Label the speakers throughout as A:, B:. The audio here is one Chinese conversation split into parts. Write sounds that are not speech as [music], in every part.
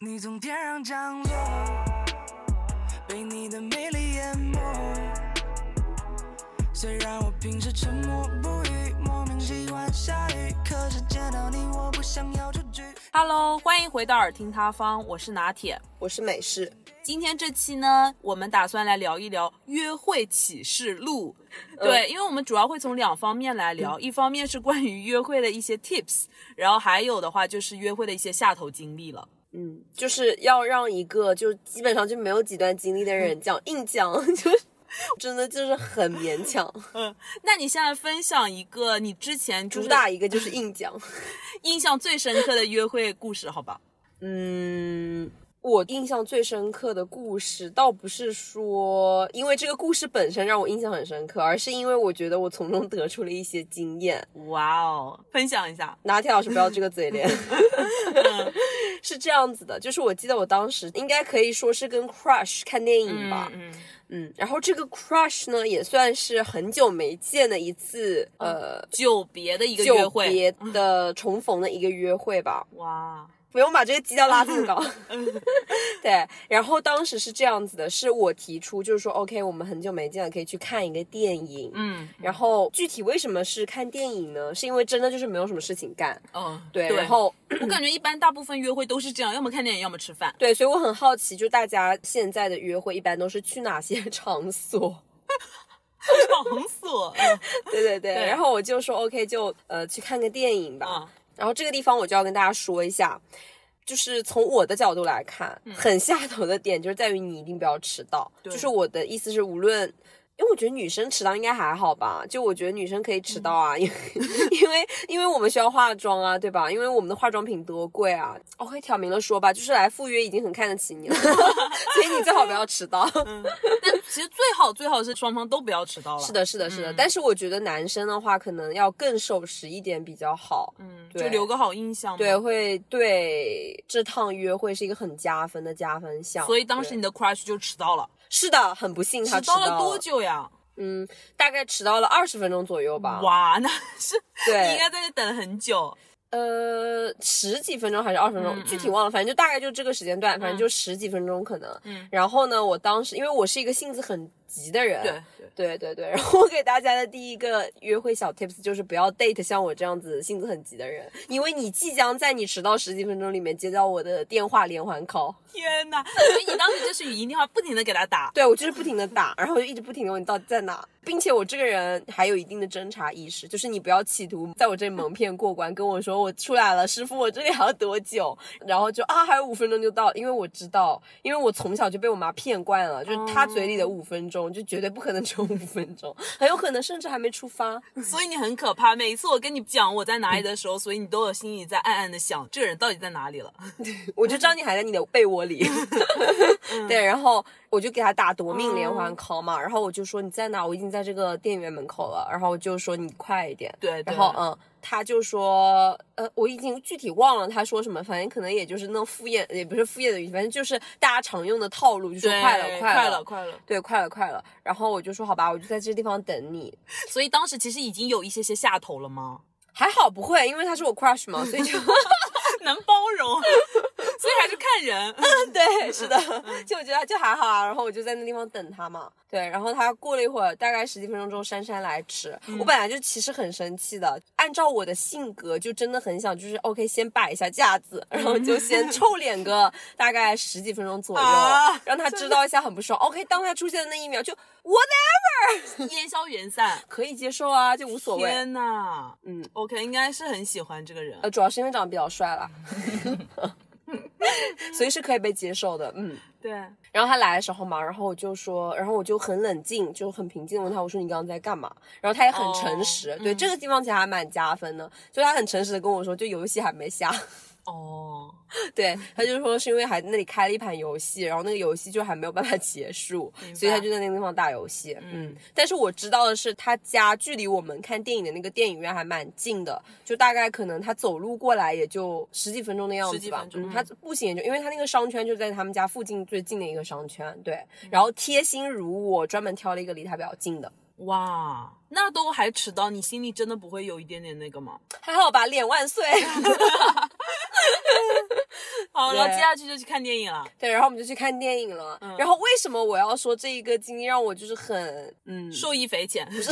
A: 你从天上降落，被你的美丽淹没。虽然我平时沉默不语，莫名喜欢下雨，可是见到你我不想要出去。
B: Hello，欢迎回到耳听他方，我是拿铁。
C: 我是美式，
B: 今天这期呢，我们打算来聊一聊约会启示录。
C: 呃
B: 对，因为我们主要会从两方面来
C: 嗯
B: 聊，一方面是关于约会的一些 tips，然后还有的话就是约会的一些下头经历了。
C: 嗯，就是要让一个就基本上就没有几段经历的人讲硬讲， [laughs] 就是真的就是很勉强。
B: 那你现在分享一个你之前就
C: 主
B: 是
C: 打一个就是硬讲。
B: 印象最深刻的约会故事，好吧？
C: 嗯，我印象最深刻的故事，倒不是说因为这个故事本身让我印象很深刻，而是因为我觉得我从中得出了一些经验。
B: 哇哦，分享一下。
C: 拿铁老师不要这个嘴脸。 [laughs] 是这样子的，就是我记得我当时应该可以说是跟 crush 看电影吧，
B: 嗯嗯
C: 嗯，然后这个 crush 呢，也算是很久没见的一次呃
B: 久别的嗯一个
C: 久
B: 约会，嗯
C: 别的重逢的一个约会吧。
B: 哇，
C: 不用把这个基调拉这么高。
B: 嗯
C: [laughs]
B: [laughs]
C: 对，然后当时是这样子的，是我提出就是说，OK，我们很久没见了，可以去看一个电影。
B: 嗯
C: 然后具体为什么是看电影呢？是因为真的就是没有什么事情干，
B: 嗯，
C: 对，然后
B: 我感觉一般大部分约会都是这样，要么看电影，要么吃饭。
C: 对，所以我很好奇，就大家现在的约会一般都是去哪些 [laughs] 场所？
B: 场所，嗯
C: 对对对，
B: 对
C: 然后我就说 OK，就呃去看个电影
B: [laughs]
C: 吧。
B: 啊，
C: 然后这个地方我就要跟大家说一下，就是从我的角度来看，很下头的点就是在于你一定不要迟到。
B: 对
C: 就是我的意思是，无论。因为我觉得女生迟到应该还好吧，就我觉得女生可以迟到啊，因为 [laughs] 因为因为我们需要化妆啊，对吧？因为我们的化妆品多贵啊。OK，挑明了说吧，就是来赴约已经很看得起你了， [laughs] 所以你最好不要迟到。
B: 但其实最好最好是双方都不要迟到了。
C: [laughs] 是，的，是的，是的。但是我觉得男生的话，可能要更守时一点比较好。
B: 嗯，
C: 对
B: 就留个好印象嘛。
C: 对，会对这趟约会是一个很加分的加分项。
B: 所以当时
C: 对
B: 你的 crush 就迟到了，
C: 是的，很不幸他
B: 迟
C: 迟到
B: 了多？久呀？
C: 嗯，大概迟到了二十分钟左右吧。
B: 哇，那是你应
C: 对
B: 该，在那等很久。
C: 呃，十几分钟还是二十分钟，
B: 嗯
C: 具体忘了，反正就大概就这个时间段，反正
B: 嗯
C: 就十几分钟可能。
B: 嗯
C: 然后呢，我当时因为我是一个性子很急的人，
B: 对对，
C: 对对对，然后我给大家的第一个约会小 tips 就是不要 date 像我这样子性子很急的人，因为你即将在你迟到十几分钟里面接到我的电话连环 call。
B: 天哪！所以你当时就是语音电话不停的给他打。
C: 对我就是不停的打，然后我就一直不停的问你到底在哪，并且我这个人还有一定的侦查意识，就是你不要企图在我这里蒙骗过关，跟我说我出来了，师傅我这里还要多久，然后就啊还有五分钟就到，因为我知道，因为我从小就被我妈骗惯了，就是她嘴里的五分钟就绝对不可能只有五分钟，很有可能甚至还没出发。
B: 所以你很可怕。每一次我跟你讲我在哪里的时候，所以你都有心里在暗暗的想，这个人到底在哪里了？
C: 我就知道你还在你的被窝里， [laughs] 对，然后我就给他打夺命连环 call 嘛，然后我就说你在哪？我已经在这个店员门口了，然后我就说你快一点，
B: 对对
C: 然后嗯，他就说呃，我已经具体忘了他说什么，反正可能也就是那种敷衍，也不是敷衍的语气，反正就是大家常用的套路，就说
B: 对
C: 快了，
B: 快
C: 了。
B: 快了。
C: 对，快了，快了。然后我就说好吧，我就在这地方等你。
B: 所以当时其实已经有一些些下头了吗？
C: 还好不会，因为他是我 crush 嘛，所以就
B: 能包容， [laughs] 所以还是看人。 [laughs]
C: [laughs] 对，是的，
B: 嗯
C: 就我觉得就还好啊。然后我就在那地方等他嘛，对。然后他过了一会儿，大概十几分钟之后，姗姗来迟。
B: 嗯
C: 我本来就其实很生气的，按照我的性格，就真的很想就是 OK，先摆一下架子，然后就先臭脸个大概十几分钟左右，
B: 嗯啊
C: 让他知道一下很不爽。OK，当他出现的那一秒，就我的
B: 烟消云散。
C: 可以接受啊，就无所谓。
B: 天呐，
C: 嗯
B: ，OK，应该是很喜欢这个人
C: 呃，。主要是因为长得比较
B: [laughs]
C: 帅啦， [laughs] 所以是可以被接受的。嗯。
B: 对，
C: 然后他来的时候嘛，然后我就说，然后我就很冷静，就很平静地问他，我说你刚刚在干嘛？然后他也很诚实，
B: 哦
C: 对、
B: 嗯
C: 这个地方其实还蛮加分的，就他很诚实的跟我说，就游戏还没下，
B: 哦，
C: 对，他就说是因为还那里开了一盘游戏，然后那个游戏就还没有办法结束
B: 明，白
C: 所以他就在那个地方打游戏，
B: 嗯
C: 嗯。但是我知道的是，他家距离我们看电影的那个电影院还蛮近的，就大概可能他走路过来也就十几分钟的样
B: 十
C: 子
B: 几
C: 吧嗯
B: 分。钟嗯
C: 他步行也就，因为他那个商圈就在他们家附近最近的一个商圈，对。
B: 嗯
C: 然后贴心如我，专门挑了一个离他比较近的，
B: 哇，那都还迟到，你心里真的不 [laughs] 会有一点点那个吗？
C: 还好吧，脸万岁。
B: [laughs] 好，然后
C: 对
B: 接下去就去看电影了。
C: 对，然后我们就去看电影了。
B: 嗯
C: 然后为什么我要说这一个经历让我就是很嗯，
B: 受益匪浅，不是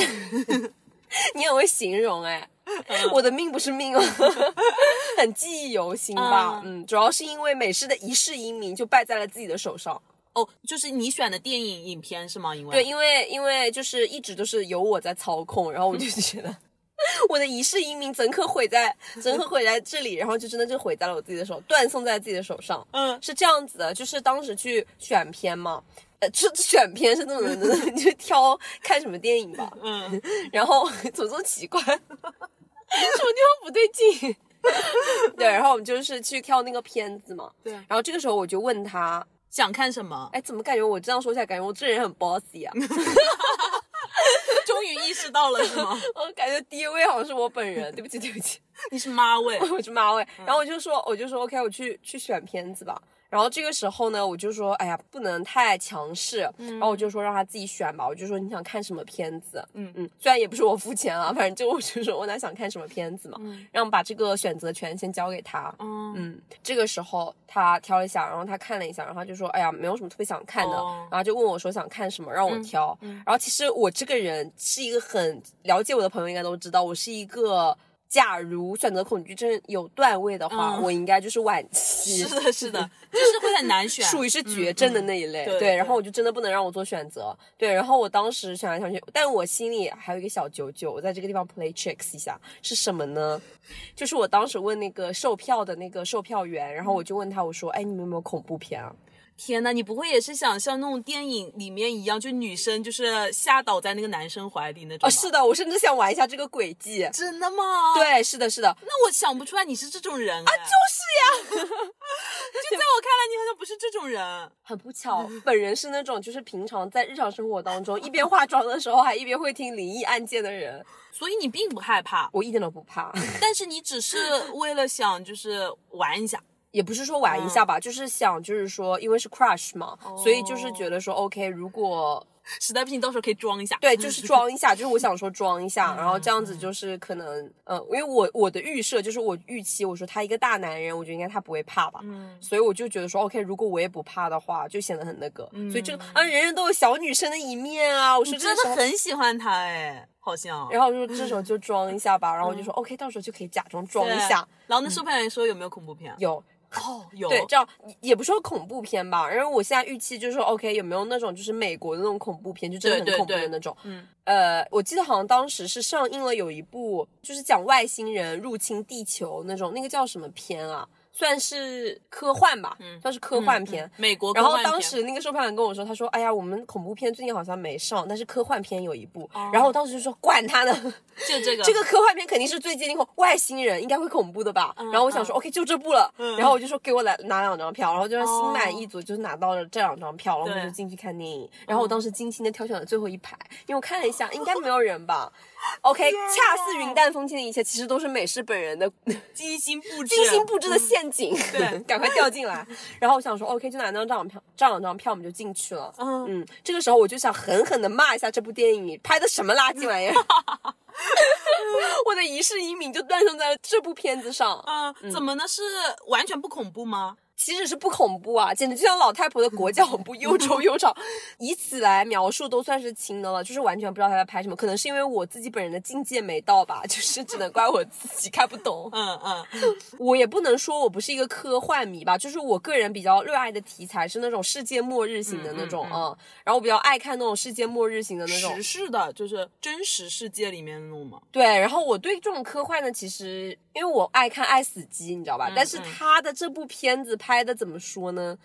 C: 你很会形容哎、 [laughs] 我的命不是命哦，很记忆犹新吧？嗯主要是因为美式的一世英名就败在了自己的手上。
B: [laughs] 哦，就是你选的电影影片是吗？因为
C: 对，因为因为就是一直都是由我在操控，然后我就觉得我的一世英名怎可毁在怎可毁在这里，然后就真的就毁在了我自己的手，断送在自己的手上。
B: [laughs] 嗯
C: 是这样子的，就是当时去选片嘛，呃，这这选片是怎么怎么 [laughs] 就挑看什么电影吧，
B: 嗯，
C: 然后 [laughs] 怎么这么奇怪，什么地方不对劲？ [laughs] 对，然后我们就是去挑那个片子嘛，
B: 对
C: 然后这个时候我就问他，
B: 想看什么？
C: 哎，怎么感觉我这样说起来，感觉我这人很 bossy 啊？ [laughs]
B: 终于意识到了是吗？
C: 我感觉第一位好像是我本人，对不起，对不起，
B: [laughs] 你是妈位，
C: [laughs] 我是妈位。
B: 嗯
C: 然后我就说，我就说 OK，我去去选片子吧。然后这个时候呢，我就说，哎呀，不能太强势。然后我就说让他自己选吧。我就说你想看什么片子？
B: 嗯
C: 嗯，虽然也不是我付钱啊，反正就我就说问他想看什么片子嘛，
B: 嗯
C: 让把这个选择权先交给他。
B: 嗯
C: 嗯，这个时候他挑了一下，然后他看了一下，然后他就说：“哎呀，没有什么特别想看的。
B: 哦
C: 然后就问我说想看什么，让我挑。
B: 嗯嗯
C: 然后其实我这个人是一个很了解我的朋友应该都知道，我是一个假如选择恐惧症有段位的话，
B: 嗯
C: 我应该就是晚期
B: 是。的，是 [laughs]
C: [laughs]
B: 的，嗯就是会很难 [laughs] 选，
C: 属于是绝症的
B: 嗯
C: 那一类，
B: 嗯对对
C: 然后我就真的不能让我做选择，对，然后我当时想来想去，但我心里还有一个小九九，我在这个地方 play tricks 一下是什么呢？就是我当时问那个售票的那个售票员，然后
B: 嗯
C: 我就问他，我说，哎，你们有没有恐怖片啊？
B: 天呐，你不会也是想像那种电影里面一样，就女生就是吓倒在那个男生怀里那种？
C: 哦，是，的，我甚至想玩一下这个轨迹。
B: 真的吗？，
C: 对，是的，是的，
B: 那我想不出来你是这种人啊，就是呀， [laughs]
C: [laughs]
B: 就在我看来，你好像不是这种人。
C: 很不巧，
B: 嗯
C: 本人是那种就是平常在日常生活当中一边化妆的时候还一边会听灵异案件的人，
B: 所以你并不害怕，
C: 我一点都不怕。 [laughs]
B: 但是你只是为了想就是玩一下，
C: 也不是说玩一
B: 嗯
C: 下吧，就是想，就是说，因为是 crush 嘛，所以就是
B: 哦
C: 觉得说，OK，如果
B: 实在不行到时候可以装一下。
C: 对，就是装一下，就是我想说装一
B: 嗯
C: 下，然后这样子就是可能，呃，因为我我的预设就是我预期，我说他一个大男人，我觉得应该他不会怕吧，
B: 嗯，
C: 所以我就觉得说，OK，如果我也不怕的话，就显得很那个，所以这个啊，人人都有小女生的一面啊，我
B: 嗯
C: 说
B: 你
C: 这个
B: 真
C: 时
B: 的
C: 候。
B: 很喜欢他哎，好像。
C: 然后就这时候就装一下吧，然后我就说 OK，到时候就可以假装装一
B: 嗯对
C: 下。
B: 然后那售票员说有没有恐怖片？
C: 有，
B: 哦，有。
C: 对，这样也不说恐怖片吧，因为我现在预期就是 OK，有没有那种就是美国的那种恐怖片，就真的
B: 对
C: 很
B: 对
C: 恐怖的
B: 对
C: 那种。
B: 嗯，
C: 呃，我记得好像当时是上映了有一部就是讲外星人入侵地球那种，那个叫什么片啊？算是科幻吧，
B: 嗯
C: 算是科幻片。
B: 嗯美国科
C: 然后
B: 幻片
C: 当时那个售票员跟我说，他说：“哎呀，我们恐怖片最近好像没上，但是科幻片有一部。
B: 哦
C: 然后我当时就说：“管他呢，
B: 就这个
C: 这个科幻片肯定是最接近恐外星人，应该会恐怖的吧？然后我想说、
B: 嗯
C: o k 就这部了。
B: 嗯
C: 然后我就说给我来拿两张票，然后就是心满
B: 哦
C: 意足，就拿到了这两张票，然后我们
B: 对
C: 就进去看电影。然后我当时精心的挑选了最后一排，因为我看了一下，应该没有人
B: [laughs]
C: 吧？OK，恰似云淡风轻的一切，其实都是美式本人的
B: 精心布置，
C: 精心布置的陷阱，
B: 啊嗯对
C: [laughs] 赶快掉进来。然后我想说，OK，就拿那张票，这两张票我们就进去了。
B: 嗯，
C: 嗯，这个时候我就想狠狠的骂一下这部电影拍的什么垃圾玩
B: [laughs]
C: 意儿，我的一世英名就断送在了这部片子上。
B: 啊、怎么呢？是完全不恐怖吗？
C: 岂止是不恐怖啊，简直就像老太婆的国教不忧愁忧愁，以此来描述都算是轻的了，就是完全不知道他在拍什么。可能是因为我自己本人的境界没到吧，就是只能怪我自己看不懂。
B: 嗯嗯，
C: 我也不能说我不是一个科幻迷吧，就是我个人比较热爱的题材是那种世界末日型的那种
B: 嗯嗯
C: 啊、嗯然后我比较爱看那种世界末日型的那种
B: 实事的，就是真实世界里面的那种嘛。
C: 对，然后我对这种科幻呢，其实因为我爱看《爱死机》，你知道吧？
B: 嗯
C: 但是他的这部片子拍的怎么说呢？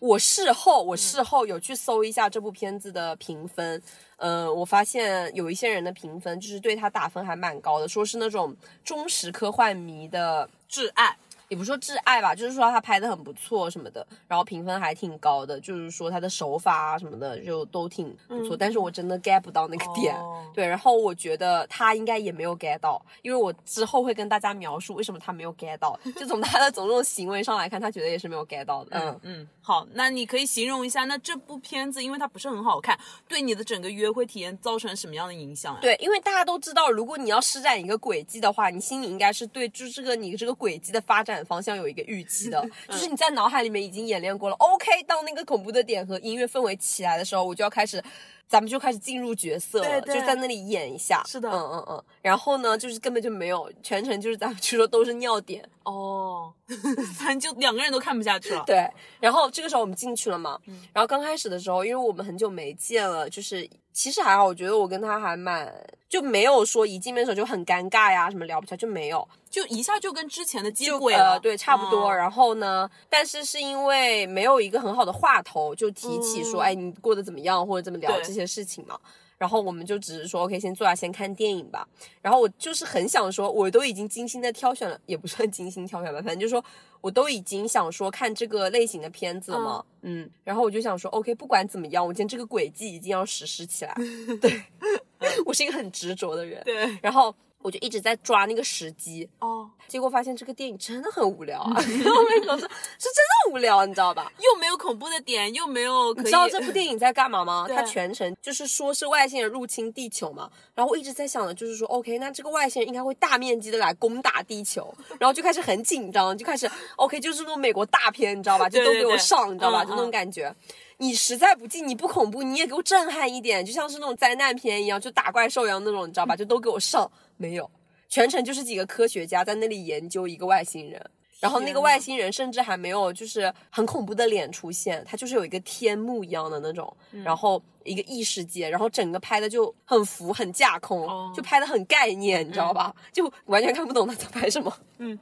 C: 我事后
B: 嗯
C: 我事后有去搜一下这部片子的评分，呃，我发现有一些人的评分就是对他打分还蛮高的，说是那种忠实科幻迷的
B: 挚爱，
C: 也不是说挚爱吧，就是说他拍的很不错什么的，然后评分还挺高的，就是说他的手法啊什么的就都挺不错，但是我真的 get 不到那个点，
B: 哦
C: 对，然后我觉得他应该也没有 get 到，因为我之后会跟大家描述为什么他没有 get 到，就从他的种种行为上来看，他觉得也是没有 get 到的，嗯。
B: 嗯，好，那你可以形容一下，那这部片子因为它不是很好看，对你的整个约会体验造成什么样的影响呀、
C: 对，因为大家都知道，如果你要施展一个轨迹的话，你心里应该是对就是这个你这个轨迹的发展展方向有一个预期
B: 嗯
C: 的， [laughs] 就是你在脑海里面已经演练过了。OK，当那个恐怖的点和音乐氛围起来的时候，我就要开始。咱们就开始进入角色
B: 对
C: 了，
B: 对
C: 就在那里演一下。
B: 是的
C: 嗯嗯嗯。然后呢，就是根本就没有，全程就是咱们 [laughs] 就说都是尿点。
B: 哦， [laughs] 反正就两个人都看不下去了。
C: 对，然后这个时候我们进去了嘛，然后刚开始的时候，因为我们很久没见了，就是其实还好，我觉得我跟他还蛮就没有说一见面的时候就很尴尬呀，什么聊不起来就没有，
B: 就一下就跟之前的接
C: 就
B: 轨了，
C: 呃对，差不多。
B: 嗯
C: 然后呢，但是是因为没有一个很好的话头，就提起说，
B: 嗯
C: 哎，你过得怎么样，或者怎么聊
B: 对
C: 这些事情嘛。然后我们就只是说，OK，先坐下，先看电影吧。然后我就是很想说，我都已经精心的挑选了，也不算精心挑选吧，反正就是说，我都已经想说看这个类型的片子了嘛，嗯然后我就想说，OK，不管怎么样，我今天这个轨迹一定要实施
B: [laughs]
C: 起来。对， [laughs] 我是一个很执着的人。
B: 对，
C: 然后我就一直在抓那个时机，
B: 哦，
C: 结果发现这个电影真的很无聊啊！我 [laughs] 跟你说，是是真的无聊，你知道吧？
B: 又没有恐怖的点，又没有可以，
C: 你知道这部电影在干嘛吗？
B: 对
C: 它全程就是说是外星人入侵地球嘛，然后我一直在想的就是说，OK，那这个外星人应该会大面积的来攻打地球，然后就开始很紧张，就开始 OK，就是那种美国大片，你知道吧？就都
B: 对对
C: 给我
B: 对
C: 上，你知道吧？
B: 嗯
C: 就那种
B: 嗯
C: 感觉。你实在不进，你不恐怖，你也给我震撼一点，就像是那种灾难片一样，就打怪兽一样那种，你知道吧？就都给我上，没有，全程就是几个科学家在那里研究一个外星人。然后那个
B: 天
C: 外
B: 呐
C: 星人甚至还没有就是很恐怖的脸出现，他就是有一个天幕一样的那种，
B: 嗯
C: 然后一个异世界，然后整个拍的就很浮很架空，
B: 哦
C: 就拍的很概念，你知道吧？ [laughs] 就完全看不懂他在拍什么。
B: [laughs] 嗯，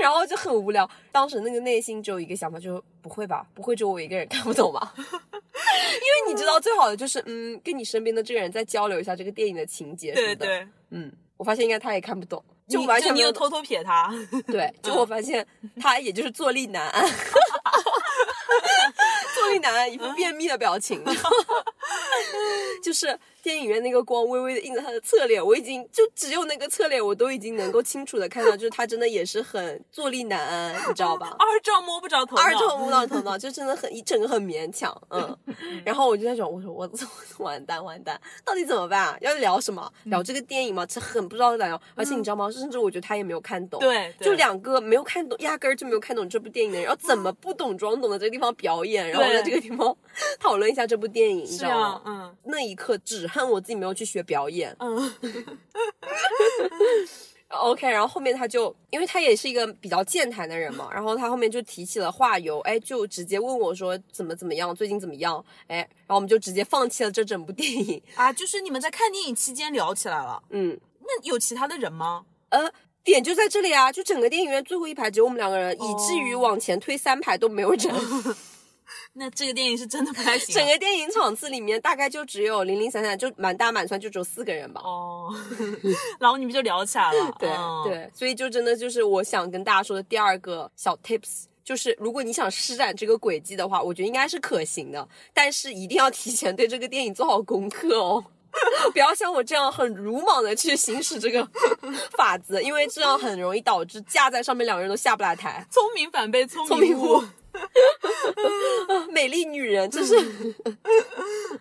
C: 然后就很无聊。当时那个内心只有一个想法，就是不会吧，不会只有我一个人看不懂
B: [laughs]
C: 吧？因为你知道最好的就是嗯，跟你身边的这个人再交流一下这个电影的情节什么
B: 对
C: 的。
B: 对，
C: 嗯，我发现应该他也看不懂。
B: 你就
C: 就完全
B: 你
C: 没有
B: 又偷偷瞥他， [laughs]
C: 对，
B: 嗯
C: 就我发现他也就是坐立难安，坐立难安，一副便秘的表情，
B: 嗯
C: [laughs] 就是电影院那个光微微的映着他的侧脸，我已经就只有那个侧脸，我都已经能够清楚的看到，就是他真的也是很坐立难安，你知道
B: [laughs]
C: 吧？
B: 二照摸不着头脑，
C: 二头无脑头脑，就真的很一整个很勉强，
B: [laughs]
C: 嗯。然后我就在想，我说我 [laughs] 完蛋完蛋，到底怎么办、啊？要聊什么？
B: 嗯
C: 聊这个电影吗？这很不知道在聊。而且你知道吗？甚至我觉得他也没有看懂，
B: 对对
C: 就两个没有看懂，压根儿就没有看懂这部电影的人，要怎么不懂装懂的这个地方表演，然后在这个地方 [laughs] 讨论一下这部电影，你知
B: 是
C: 道吗
B: 啊，？嗯
C: 那一刻只恨我自己没有去学表演，
B: 嗯， [laughs]
C: OK，然后后面他就，因为他也是一个比较健谈的人嘛，然后他后面就提起了话由，哎，就直接问我说怎么怎么样，最近怎么样，哎，然后我们就直接放弃了这整部 [laughs] 电影，
B: 啊，就是你们在看电影期间聊起来了，
C: 嗯，
B: 那有其他的人吗？
C: 呃，点就在这里啊，就整个电影院最后一排只有我们两个
B: 哦
C: 人，以至于往前推三排都没有
B: [laughs]
C: 人，
B: 那这个电影是真的不太行啊，
C: 整个电影场次里面大概就只有零零散散，就满打满算就只有四个人吧。
B: 哦， [laughs] 然后你们就聊起来了，
C: [laughs] 对、
B: 嗯，
C: 对，所以就真的就是我想跟大家说的第二个小 tips，就是如果你想施展这个轨迹的话，我觉得应该是可行的，但是一定要提前对这个电影做好功课哦。 [laughs] 不要像我这样很鲁莽的去行使这个 [laughs] 法则，因为这样很容易导致架在上面两个人都下不来台。
B: 聪明反被聪
C: 聪明
B: 误
C: 误。美丽女人，这是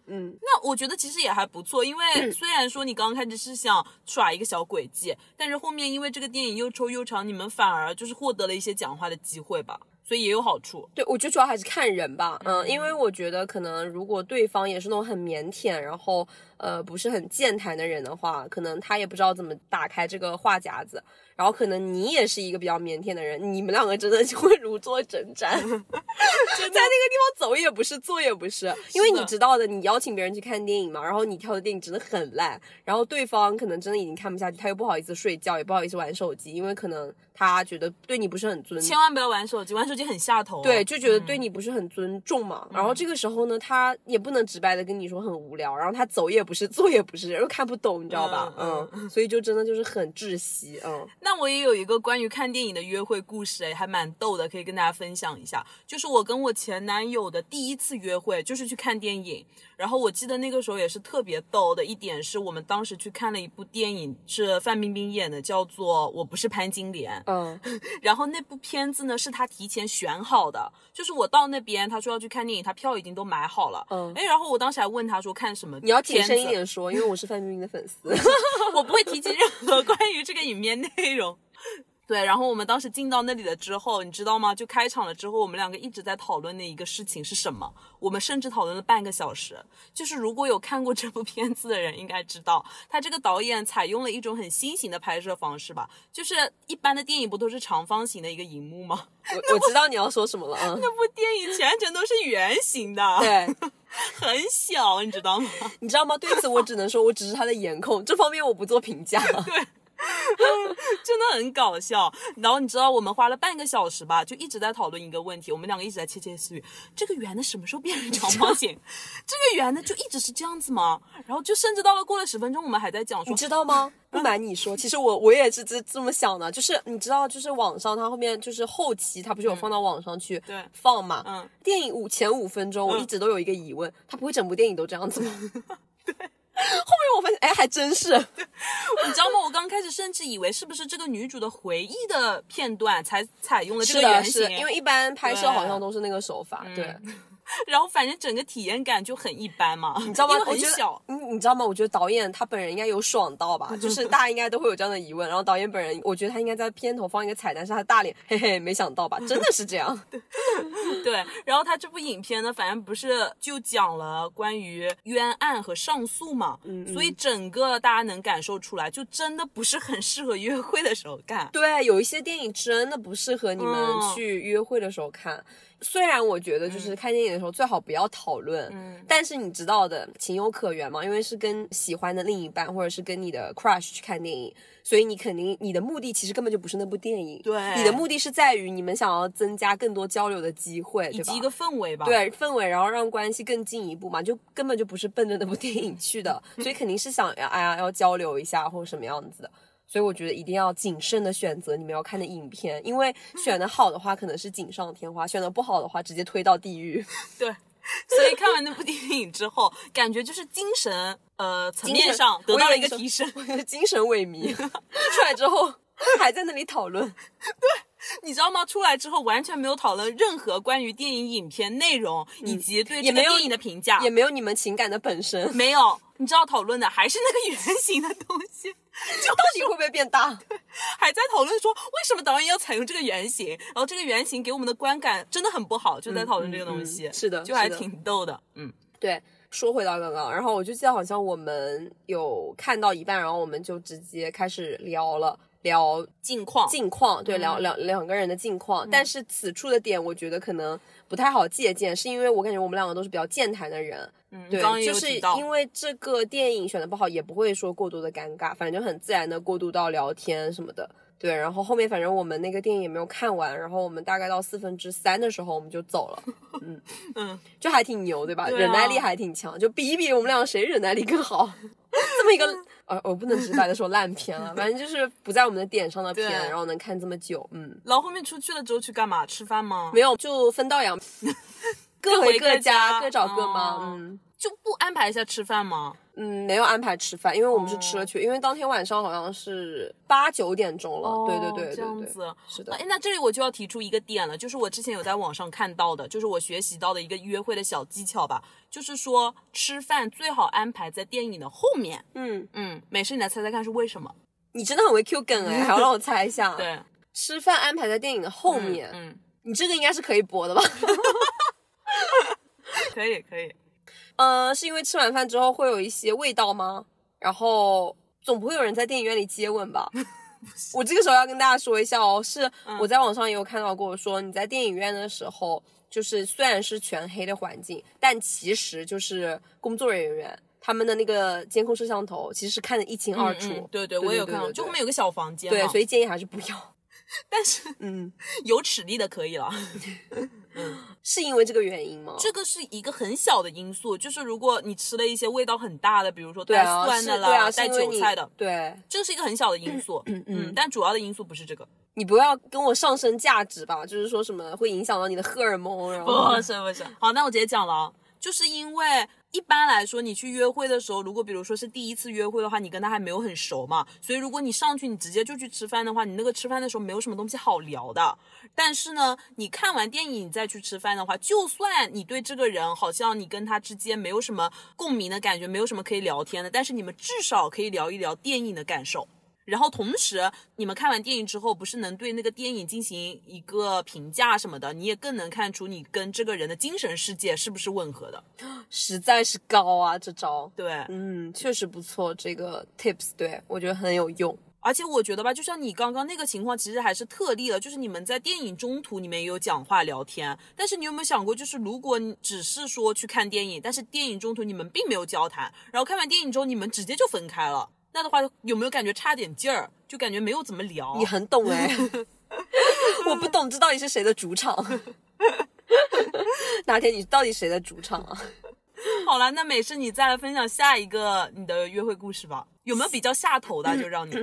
B: 那我觉得其实也还不错，因
C: 嗯
B: 为虽然说你刚刚开始是想耍一个小诡计，但是后面因为这个电影又抽又长，你们反而就是获得了一些讲话的机会吧，所以也有好处。
C: 对，我觉得主要还是看人吧，嗯，因为我觉得可能如果对方也是那种很腼腆，然后呃不是很健谈的人的话，可能他也不知道怎么打开这个话匣子，然后可能你也是一个比较腼腆的人，你们两个真的就会如坐针毡，在那个地方走也不是，坐也不是，因为
B: 是的
C: 你知道的，你邀请别人去看电影嘛，然后你挑的电影真的很烂，然后对方可能真的已经看不下去，他又不好意思睡觉，也不好意思玩手机，因为可能他觉得对你不是很尊重
B: 千。万不要玩手机，玩手机很下头。
C: 嗯
B: 啊
C: 对，，就觉得对你不是很尊重嘛。然后这个时候呢，他也不能直白的跟你说很无聊，然后他走也不是，坐也不是，又看不懂，你知道吧？
B: 嗯
C: 嗯，所以就真的就是很窒息，嗯。
B: 那我也有一个关于看电影的约会故事，哎，还蛮逗的，可以跟大家分享一下。就是我跟我前男友的第一次约会，就是去看电影。然后我记得那个时候也是特别逗的一点是，我们当时去看了一部电影，是范冰冰演的，叫做《我不是潘金莲》。
C: 嗯，
B: 然后那部片子呢是他提前选好的，就是我到那边，他说要去看电影，他票已经都买好了。
C: 嗯
B: 哎，然后我当时还问他说看什么？
C: 你要谨慎一，点说，因
B: [laughs]
C: [laughs] 为我是范冰冰的粉丝。
B: 我不会提及任何关于这个影片内容。 [laughs] 对，然后我们当时进到那里了之后，你知道吗？就开场了之后，我们两个一直在讨论的一个事情是什么？我们甚至讨论了半个小时。就是如果有看过这部片子的人，应该知道，他这个导演采用了一种很新型的拍摄方式吧？ [laughs] 就是一般的电影不都是长方形的一个荧幕吗？ [laughs]
C: 我我知道你要说什么了， [laughs] 嗯，
B: 这部电影全程都是圆形的， [laughs]
C: 对，
B: 很小，你知道吗？
C: 你知道吗？对此我只能说，我只是他的颜控，这方面我不做评价。
B: 真的很搞笑。然后你知道我们花了半个小时吧，就一直在讨论一个问题，我们两个一直在窃窃私语，这个圆的什么时候变成长方形？这个圆的就一直是这样子吗？然后就甚至到了过了十分钟，我们还在讲
C: 你 [laughs]
B: 说。
C: 知道
B: [laughs]
C: 吗？不瞒你说，其实我我也是这这么想的，就是你知道，就是网上它后面就是后期它不是有放到网上去
B: 嗯对
C: 放嘛？
B: 嗯
C: 电影五前五分钟，我
B: 嗯
C: 一直都有一个疑问，它不会整部电影都这样
B: [laughs]
C: 子吗？对。 [laughs] 后面我发现，哎，还真是，
B: 你知道吗？我刚开始甚至以为是不是这个女主的回忆的片段才采用了这
C: 是
B: 个
C: 的，
B: 原
C: 是
B: 型，
C: 的因为一般拍摄
B: 对嗯
C: 好像都是那个手法，对，
B: 然后反正整个体验感就很一般嘛，你 [laughs]
C: 你知道吗？我
B: 很
C: 觉得
B: 小，，
C: 你你知道吗？我觉得导演他本人应该有爽到吧，就是大家应该都会有这样的疑问，然后导演本人，我觉得他应该在片头放一个彩蛋，是他的大脸，嘿嘿，没想到吧，真的是这样。
B: 对，然后他这部影片呢，反正不是就讲了关于冤案和上诉嘛，
C: 嗯
B: 所以整个大家能感受出来，就真的不是很适合约会的时候看。
C: 对，有一些电影真的不适合你们
B: 嗯
C: 去约会的时候看。虽然我觉得就是看电影的时候最好不要讨论，
B: 嗯
C: 但是你知道的，情有可原嘛，因为是跟喜欢的另一半或者是跟你的 crush 去看电影，所以你肯定你的目的其实根本就不是那部电影，
B: 对
C: 你的目的是在于你们想要增加更多交流的机会，
B: 以
C: 对吧
B: 及一？个氛围吧，，
C: 对氛围，然后让关系更进一步嘛，就根本就不是奔着那部 [laughs] 电影去的，所以肯定是想要哎呀要交流一下或者什么样子的。所以我觉得一定要谨慎的选择你们要看的影片，因为选的好的话可能是锦上添花，选的不好的话直接推到地狱。
B: 所以看完那部 [laughs] 电影之后，感觉就是精神呃层
C: 精
B: 面
C: 神
B: 上得
C: 我
B: 到
C: 以
B: 了
C: 为
B: 一个
C: 你说
B: 提升。 [laughs]
C: 我的精神萎靡， [laughs] 出来之后还在那里讨论。
B: 你知道吗？出来之后完全没有讨论任何关于电影影片内容、以及对
C: 嗯也
B: 这个
C: 没有
B: 电影的评价，
C: 也没有你们情感的本身，到
B: 没有。你知道讨论的还是那个圆形的东西，
C: 底会不会变大？ [laughs]
B: 还在讨论说为什么导演要采用这个原型，然后这个原型给我们的观感真的很不好，就在讨论这个东西。
C: 嗯嗯是的
B: 就还
C: 是的
B: 挺逗的。嗯，
C: 对，说回到刚刚，然后我就记得好像我们有看到一半，然后我们就直接开始聊了。聊
B: 近况
C: 近况，对，聊
B: 嗯
C: 两两个人的近况，但是此处的点我觉得可能不太好借鉴，是因为我感觉我们两个都是比较健谈的人，
B: 嗯，
C: 对
B: 刚刚，也
C: 就
B: 有
C: 是
B: 提到，
C: 因为这个电影选的不好，也不会说过多的尴尬，反正就很自然的过渡到聊天什么的。对，然后后面反正我们那个电影也没有看完，然后我们大概到四分之三的时候我们就走
B: [laughs]
C: 了，嗯
B: 嗯，
C: 就还挺牛对吧？
B: 对啊
C: 忍耐力还挺强，就比一比我们俩谁忍耐力更
B: [laughs]
C: 好，这么一个呃，我不能直白的说烂片啊，反正就是不在我们的点上的片，
B: 对
C: 然后能看这么久，嗯。
B: 然后后面出去了之后去干嘛？吃饭吗？
C: 没有，就分道扬，各
B: 回
C: 回各
B: [laughs] 各家
C: 家，各找各妈。
B: 哦
C: 嗯
B: 就不安排一下吃饭吗？
C: 嗯，没有安排吃饭，因为我们是
B: 哦
C: 吃了去，因为当天晚上好像是八九点钟了。哦对对对
B: 哦这
C: 对
B: 样
C: 对
B: 子。
C: 是的
B: 哎，，那这里我就要提出一个点了，就是我之前有在网上看到的，就是我学习到的一个约会的小技巧吧，就是说吃饭最好安排在电影的后面。
C: 嗯，
B: 嗯，美式，你来猜猜看是为什么？
C: 你真的很会 Q
B: [laughs]
C: 梗哎，还要让我猜一下。，
B: 对，
C: 吃饭安排在电影的后
B: 嗯
C: 面，
B: 嗯，
C: 你这个应该是可以播的吧？
B: 可以可以，
C: 呃，是因为吃完饭之后会有一些味道吗？然后总不会有人在电影院里接吻
B: [laughs]
C: 吧？我这个时候要跟大家说一下哦，是
B: 嗯
C: 我在网上也有看到过，说你在电影院的时候，就是虽然是全黑的环境，但其实就是工作人员他们的那个监控摄像头其实是看得一清二楚。
B: 嗯嗯对对，我也有看到，
C: 对
B: 就后
C: 对
B: 面有个小房间嘛。
C: 对，所
B: 以
C: 以建议还是不要。
B: [laughs] 但是
C: 嗯，
B: 有齿力的可以了。
C: 哦是因为这个原因吗？
B: 这个是一个很小的因素，就是如果你吃了一些味道很大的，比如说
C: 对
B: 带
C: 啊，
B: 蒜
C: 是
B: 的
C: 对
B: 啦、
C: 啊，是
B: 带
C: 因为
B: 韭
C: 你
B: 菜的，
C: 对，
B: 这是一个很小的因素。嗯
C: 嗯
B: 但主要的因素不是这个。
C: 你不要跟我上升价值吧，就是说什么会影响到你的荷尔蒙，然后
B: 不是不是。好，那我直接讲了啊，就是因为一般来说，你去约会的时候，如果比如说是第一次约会的话，你跟他还没有很熟嘛，所以如果你上去你直接就去吃饭的话，你那个吃饭的时候没有什么东西好聊的。但是呢，你看完电影你再去吃饭的话，就算你对这个人好像你跟他之间没有什么共鸣的感觉，没有什么可以聊天的，但是你们至少可以聊一聊电影的感受。然后同时，你们看完电影之后，不是能对那个电影进行一个评价什么的，你也更能看出你跟这个人的精神世界是不是吻合的。
C: [laughs] 实在是高啊，这招。
B: 对，
C: 嗯，确实不错，这个 tips 对我觉得很有用。
B: 而且我觉得吧，就像你刚刚那个情况，其实还是特例了。就是你们在电影中途你们也有讲话聊天，但是你有没有想过，就是如果你只是说去看电影，但是电影中途你们并没有交谈，然后看完电影之后你们直接就分开了，那的话有没有感觉差点劲儿？就感觉没有怎么聊。
C: 你很懂哎、 [laughs] 我不懂这到底是谁的主场。 [laughs] 哪天你到底谁的主场啊？
B: 好了，那美式你再来分享下一个你的约会故事吧。有没有比较下头的？就让你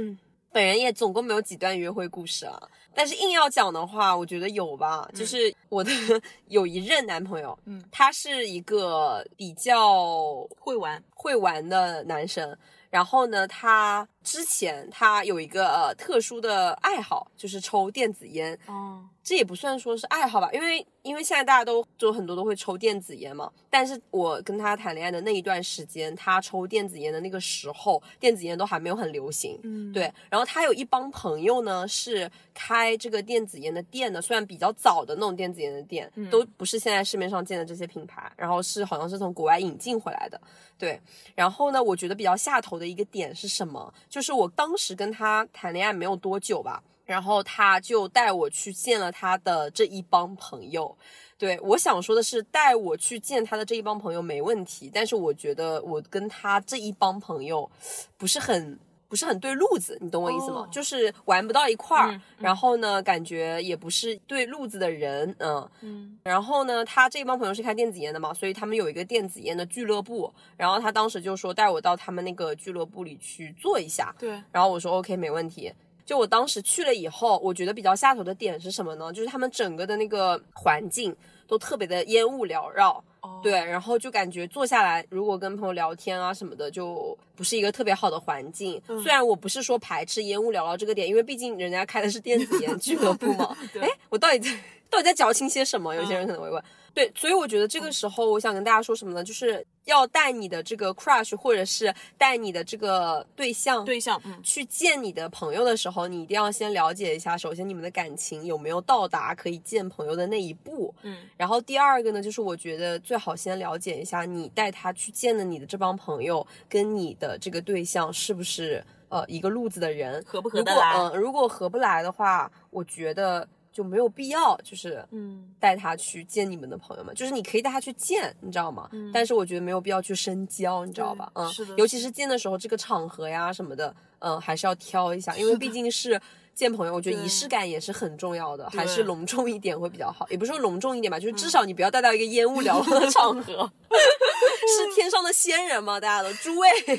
C: 本人也总共没有几段约会故事啊，但是硬要讲的话，我觉得有吧，就是我的 [laughs] 有一任男朋友，
B: 嗯
C: 他是一个比较
B: 会玩，
C: 会玩的男生。然后呢，他之前他有一个、呃、特殊的爱好，就是抽电子烟。
B: 哦，
C: 这也不算说是爱好吧，因为因为现在大家都就很多都会抽电子烟嘛。但是我跟他谈恋爱的那一段时间，他抽电子烟的那个时候，电子烟都还没有很流行。
B: 嗯，
C: 对，然后他有一帮朋友呢，是开这个电子烟的店的，虽然比较早的那种电子烟的店，
B: 嗯
C: 都不是现在市面上见的这些品牌，然后是好像是从国外引进回来的，对。然后呢，我觉得比较下头的一个点是什么？就是我当时跟他谈恋爱没有多久吧，然后他就带我去见了他的这一帮朋友，对，我想说的是，带我去见他的这一帮朋友没问题，但是我觉得我跟他这一帮朋友不是很不是很对路子，你懂我意思吗？
B: 哦
C: 就是玩不到一块儿，
B: 嗯
C: 然后呢，感觉也不是对路子的人，嗯。
B: 嗯，
C: 然后呢，他这帮朋友是开电子烟的嘛，所以他们有一个电子烟的俱乐部，然后他当时就说带我到他们那个俱乐部里去坐一下，
B: 对，
C: 然后我说 OK 没问题。就我当时去了以后，我觉得比较下头的点是什么呢？就是他们整个的那个环境都特别的烟雾缭绕，
B: 哦，
C: 对，，然后就感觉坐下来，如果跟朋友聊天啊什么的，就不是一个特别好的环境。
B: 嗯
C: 虽然我不是说排斥烟雾缭绕这个点，因为毕竟人家开的是电子烟俱乐部嘛。
B: [laughs] 对嗯
C: 哎，我到底在到底在矫情些什么？有些人可能会问。对，所以我觉得这个时候，我想跟大家说什么呢？就是要带你的这个 crush，或者是带你的这个对象，
B: 对象，嗯，
C: 去见你的朋友的时候，你一定要先了解一下，首先你们的感情有没有到达可以见朋友的那一步。
B: 嗯，
C: 然后第二个呢，就是我觉得最好先了解一下，你带他去见的你的这帮朋友，跟你的这个对象是不是呃一个路子的人，
B: 合不合
C: 如
B: 得
C: 果
B: 来
C: 嗯、如果合不来的话，我觉得就没有必要，就是
B: 嗯，
C: 带他去见你们的朋友们，就是你可以带他去见，你知道吗？
B: 嗯
C: 但是我觉得没有必要去深交，你知道吧？
B: 对
C: 嗯，
B: 是的
C: 尤其是见的时候，这个场合呀什么的，嗯，还是要挑一下，因为毕竟是见朋友，我觉得
B: 对
C: 仪式感也是很重要的，
B: 对嗯
C: 还是隆重一点会比较好。也不是说隆重一点吧，就是至少你不要带到一个烟雾缭绕的场
B: [laughs]
C: 合。是天上的仙人吗？大家都诸位，
B: 就很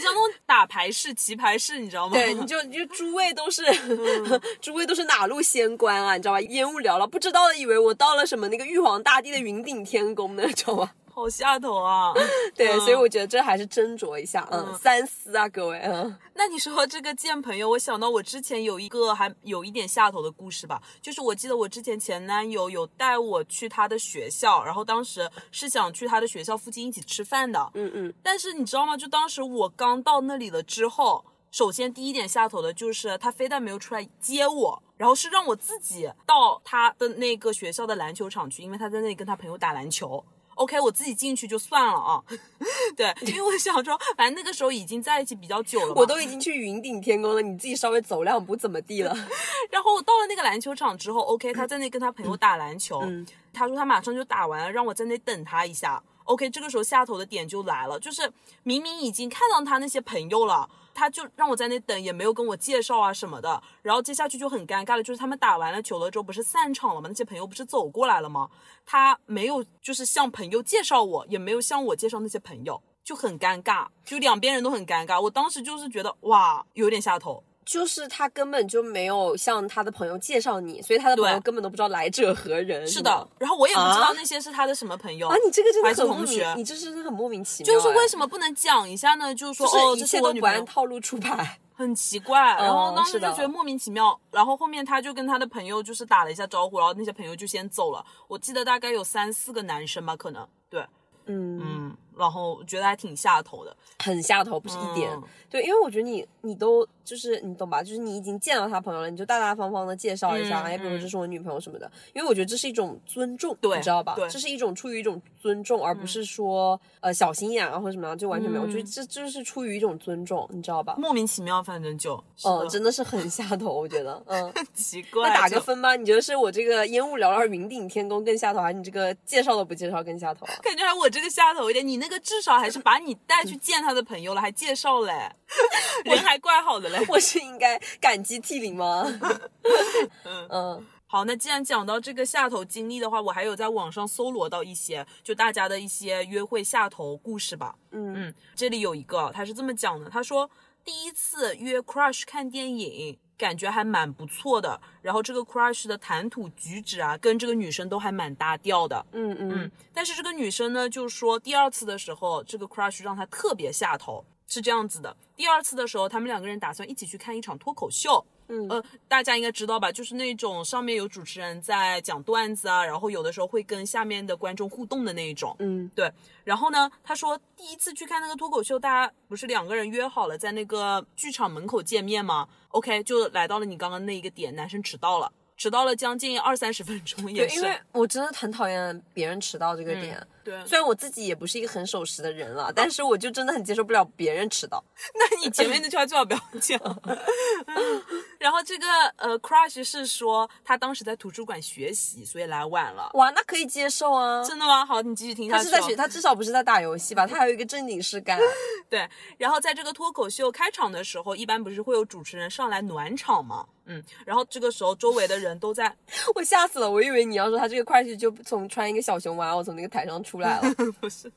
B: 像那种打牌式、棋牌式，你知道吗？
C: 对，你就你就诸位都是、
B: 嗯
C: 诸位都是哪路仙官啊？你知道吧？烟雾缭绕，不知道的以为我到了什么那个玉皇大帝的云顶天宫呢，你知道吗？
B: [laughs] 好下头啊！
C: [laughs] 对，
B: 嗯
C: 所以我觉得这还是斟酌一下，嗯，
B: 嗯
C: 三思啊，各位，嗯，
B: [laughs] 那你说这个见朋友，我想到我之前有一个还有一点下头的故事吧，就是我记得我之前前男友有带我去他的学校，然后当时是想去他的学校附近一起吃饭的，
C: 嗯嗯，
B: 但是你知道吗？就当时我刚到那里了之后，首先第一点下头的就是他非但没有出来接我，然后是让我自己到他的那个学校的篮球场去，因为他在那里跟他朋友打篮球。OK，我自己进去就算了啊， [laughs] 对，因为我想说，反正那个时候已经在一起比较久了嘛，
C: 我都已经去云顶天宫了，你自己稍微走两步怎么地了？
B: 然后我到了那个篮球场之后，OK，他在那跟他朋友打篮球，
C: 嗯
B: 他说他马上就打完了，让我在那等他一下。OK，这个时候下头的点就来了，就是明明已经看到他那些朋友了，他就让我在那等，也没有跟我介绍啊什么的。然后接下去就很尴尬了，就是他们打完了球了之后，不是散场了吗？那些朋友不是走过来了吗？他没有就是向朋友介绍我，也没有向我介绍那些朋友，就很尴尬，就两边人都很尴尬。我当时就是觉得哇，有点下头。
C: [laughs] 就是他根本就没有向他的朋友介绍你，所以他的朋友
B: 对
C: 根本都不知道来者何人。
B: 是
C: 吗
B: 的，然后我也不知
C: 啊
B: 道那些是他的什么朋友
C: 啊，你这个真的
B: 还是
C: 很莫
B: 同
C: 名
B: 学，
C: 你这是很莫名其妙、
B: 就是为
C: 哎
B: 什么不能讲一下呢？就是说，
C: 就是
B: 哦，
C: 一
B: 这
C: 切
B: 是
C: 都
B: 我女
C: 不
B: 朋
C: 按
B: 友，
C: 套路出牌。
B: 很奇怪。然
C: 嗯
B: 后当时
C: 是
B: 就
C: 的
B: 觉得莫名其妙。然后后面他就跟他的朋友就是打了一下招呼，然后那些朋友就先走了。我记得大概有三四个男生吧，可能对，
C: 嗯，
B: 嗯，然后我觉得还挺下头的。
C: 很下头，不是一点。
B: 嗯
C: 对，因为我觉得你你都就是你懂吧，就是你已经见到他朋友了，你就大大方方的介绍一下，
B: 嗯
C: 哎，比如说
B: 嗯
C: 这是我女朋友什么的。因为我觉得这是一种尊重，
B: 对
C: 你知道吧？
B: 对嗯
C: 这是一种出于一种尊重，而不是说、呃小心眼啊或者什么样，就完全没有。我觉得这这就是出于一种尊重，你知道吧？
B: 莫名其妙，反正就，
C: 嗯，
B: 嗯是
C: 真的是很下头，我觉得，嗯。
B: 的奇怪。
C: 那打
B: 就
C: 个分吧，你觉得是我这个烟雾缭绕、云顶天宫更下头，还是你这个介绍都不介绍更下头啊？ [laughs]
B: 感觉还我这个下头一点，你那个至少还是把你带去见他的朋友了，还介绍
C: [laughs]
B: 嘞，人还怪好的嘞。
C: 我是应该感激涕零吗？
B: [laughs]
C: [laughs] 嗯，
B: 好，那既然讲到这个下头经历的话，我还有在网上搜罗到一些就大家的一些约会下头故事吧。
C: 嗯
B: 嗯，这里有一个，他是这么讲的，他说第一次约 crush 看电影。感觉还蛮不错的，然后这个 crush 的谈吐举止啊，跟这个女生都还蛮搭调的。
C: 嗯嗯
B: 嗯，但是这个女生呢，就说第二次的时候，这个 crush 让她特别下头，是这样子的。第二次的时候，他们两个人打算一起去看一场脱口秀。
C: 嗯
B: 呃，大家应该知道吧，就是那种上面有主持人在讲段子啊，然后有的时候会跟下面的观众互动的那一种。
C: 嗯
B: 对，然后呢，他说第一次去看那个脱口秀，大家不是两个人约好了在那个剧场门口见面吗？OK，就来到了你刚刚那一个点，男生迟到了，迟到了将近二三十分钟也
C: 对，
B: 是。
C: 因为我真的很讨厌别人迟到这个点。
B: 对，
C: 虽然我自己也不是一个很守时的人
B: 哦
C: 了，但是我就真的很接受不了别人迟到。
B: 那你前面那句话最好不要讲。 [laughs] 然后这个呃，crush 是说他当时在图书馆学习，所以来晚了。
C: 哇，那可以接受啊。
B: 真的吗？好，你继续听下
C: 他
B: 去、
C: 是
B: 哦。
C: 在学，他至少不是在打游戏吧？他还有一个正经事干。 [laughs]
B: 对，然后在这个脱口秀开场的时候，一般不是会有主持人上来暖场吗？嗯，然后这个时候周围的人都在
C: 我吓死了，我以为你要说他这个快去就从穿一个小熊玩偶从那个台上
B: [laughs]
C: 出来了。
B: 不是，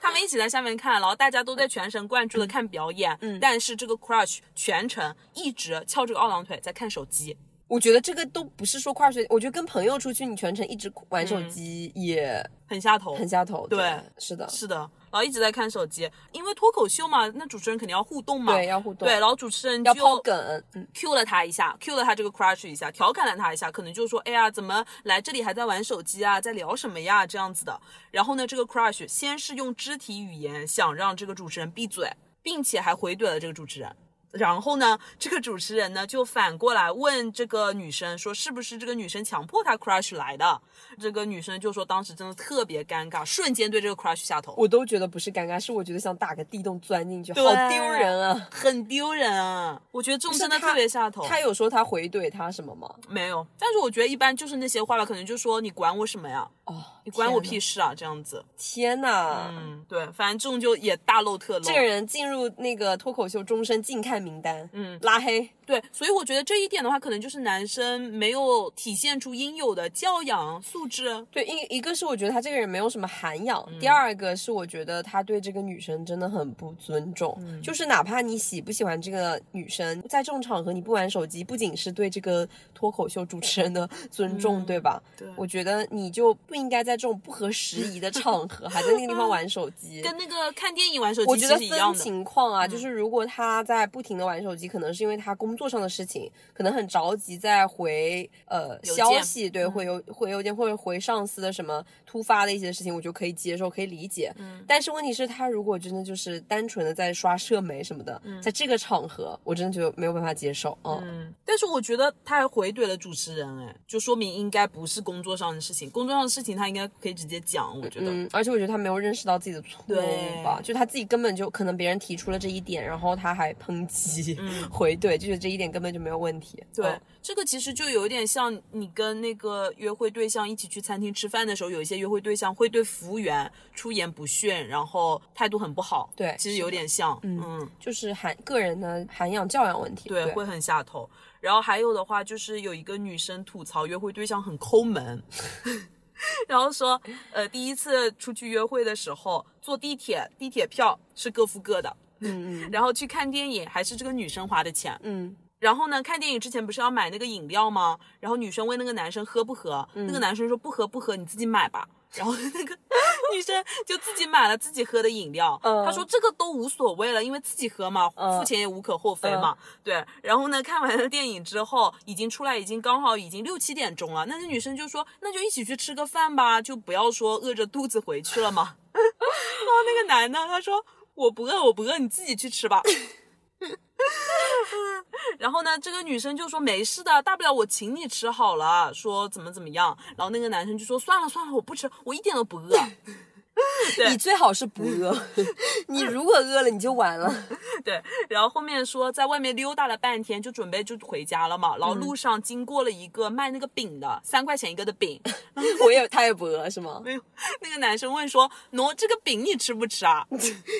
B: 他们一起在下面看，然后大家都在全神贯注的看表演。嗯，但是这个 crush 全程一直翘着个二郎腿在看手机。
C: 我觉得这个都不是说快学，我觉得跟朋友出去你全程一直玩手机也
B: 很下头，
C: 很下头。
B: 对
C: 是的，
B: 是的，然后一直在看手机，因为脱口秀嘛，那主持人肯定要互动嘛，
C: 对要互动
B: 对，然后主持人
C: 要抛
B: 就
C: 梗。嗯
B: Q 了他一下，Q 了他这个 crush 一下，调侃了他一下，可能就说，哎呀，怎么来这里还在玩手机啊，在聊什么呀这样子的。然后呢，这个 crush 先是用肢体语言想让这个主持人闭嘴，并且还回怼了这个主持人。然后呢，这个主持人呢就反过来问这个女生说，是不是这个女生强迫他 crush 来的？这个女生就说当时真的特别尴尬，瞬间对这个 crush 下头。
C: 我都觉得不是尴尬，是我觉得想打个地洞钻进去，好
B: 对
C: 丢人啊！
B: 很丢人啊！我觉得这种
C: 不是
B: 真的
C: 他
B: 特别下头。
C: 他有说他回怼他什么吗？
B: 没有，但是我觉得一般就是那些话吧，可能就说你管我什么呀，
C: 哦，
B: 你管我
C: 天哪
B: 屁！事啊，这样子。
C: 天哪！
B: 嗯，对，反正这种就也大漏特漏。
C: 这个人进入那个脱口秀终身禁看名单，
B: 嗯
C: 拉黑。
B: 对，所以我觉得这一点的话，可能就是男生没有体现出应有的教养素质。
C: 对，一一个是我觉得他这个人没有什么涵养，
B: 嗯
C: 第二个是我觉得他对这个女生真的很不尊重。
B: 嗯
C: 就是哪怕你喜不喜欢这个女生，在这种场合你不玩手机，不仅是对这个脱口秀主持人的尊重，
B: 嗯
C: 对吧？
B: 对
C: 我觉得你就不应该在这种不合时宜的场合还在那个地方玩手
B: [laughs]
C: 机。
B: 跟那个看电影玩手
C: 我
B: 机
C: 觉
B: 其
C: 得
B: 实一样
C: 分
B: 的。嗯
C: 情况啊，就是如果他在不停的玩手机，可能是因为他工作上的事情，可能很着急在回呃
B: 邮
C: 消
B: 件嗯
C: 息，对，回邮回邮件或者回上司的什么突发的一些事情，我就可以接受，可以理解。
B: 嗯
C: 但是问题是，他如果真的就是单纯的在刷社媒什么的，在这个场合，我真的觉得没有办法接受。嗯，
B: 嗯，但是我觉得他还回怼了主持人，哎，就说明应该不是工作上的事情，工作上的事情他应该可以直接讲，我觉得。
C: 嗯，而且我觉得他没有认识到自己的错误
B: 对
C: 吧，就他自己根本就可能别人提出了这一点，然后他还抨击、回怼，就觉得这一点根本就没有问题。
B: 嗯对
C: 嗯，
B: 这个其实就有一点像你跟那个约会对象一起去餐厅吃饭的时候，有一些约会对象会对服务员出言不逊，然后态度很不好。
C: 对
B: 其实
C: 是
B: 有
C: 的
B: 点像，
C: 嗯
B: 嗯
C: 就是涵个人的涵养教养问题。
B: 对，会很下头。然后还有的话，就是有一个女生吐槽约会对象很抠门， [laughs] 然后说，呃，第一次出去约会的时候，坐地铁，地铁票是各付各的，
C: 嗯嗯
B: [laughs] 然后去看电影还是这个女生花的钱，
C: 嗯，
B: 然后呢，看电影之前不是要买那个饮料吗？然后女生问那个男生喝不喝，
C: 嗯
B: 那个男生说不喝不喝，你自己买吧。然后那个女生就自己买了自己喝的饮料，
C: 嗯
B: 她说这个都无所谓了，因为自己喝嘛，
C: 嗯
B: 付钱也无可厚非嘛。对，然后呢，看完了电影之后，已经出来，已经刚好已经六七点钟了。那个女生就说，那就一起去吃个饭吧，就不要说饿着肚子回去了嘛。 [laughs] 到那个男的，他说我不饿，我不饿，你自己去吃吧。 [laughs] 然后呢，这个女生就说没事的，大不了我请你吃好了，说怎么怎么样。然后那个男生就说算了算了，我不吃，我一点都不饿。对
C: 你最好
B: [laughs]
C: 是不饿， [laughs] 你如果饿了你就完了。 [laughs]
B: 对，然后后面说在外面溜达了半天，就准备就回家了嘛。然
C: 嗯
B: 后路上经过了一个卖那个饼的，三块钱一个的
C: [laughs]
B: 饼。
C: 我也他也不饿是吗？
B: 没有，那个男生问说：“喏，这个饼你吃不吃啊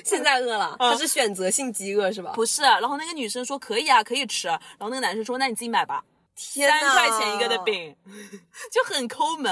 C: 现在饿了，他是选择性饥饿是吧？”？
B: 嗯不是，然后那个女生说：“可以啊，可以吃。”然后那个男生说：“那你自己买吧，
C: 天
B: 三
C: 哪
B: 块钱一个的。饼， [laughs] 就很抠门。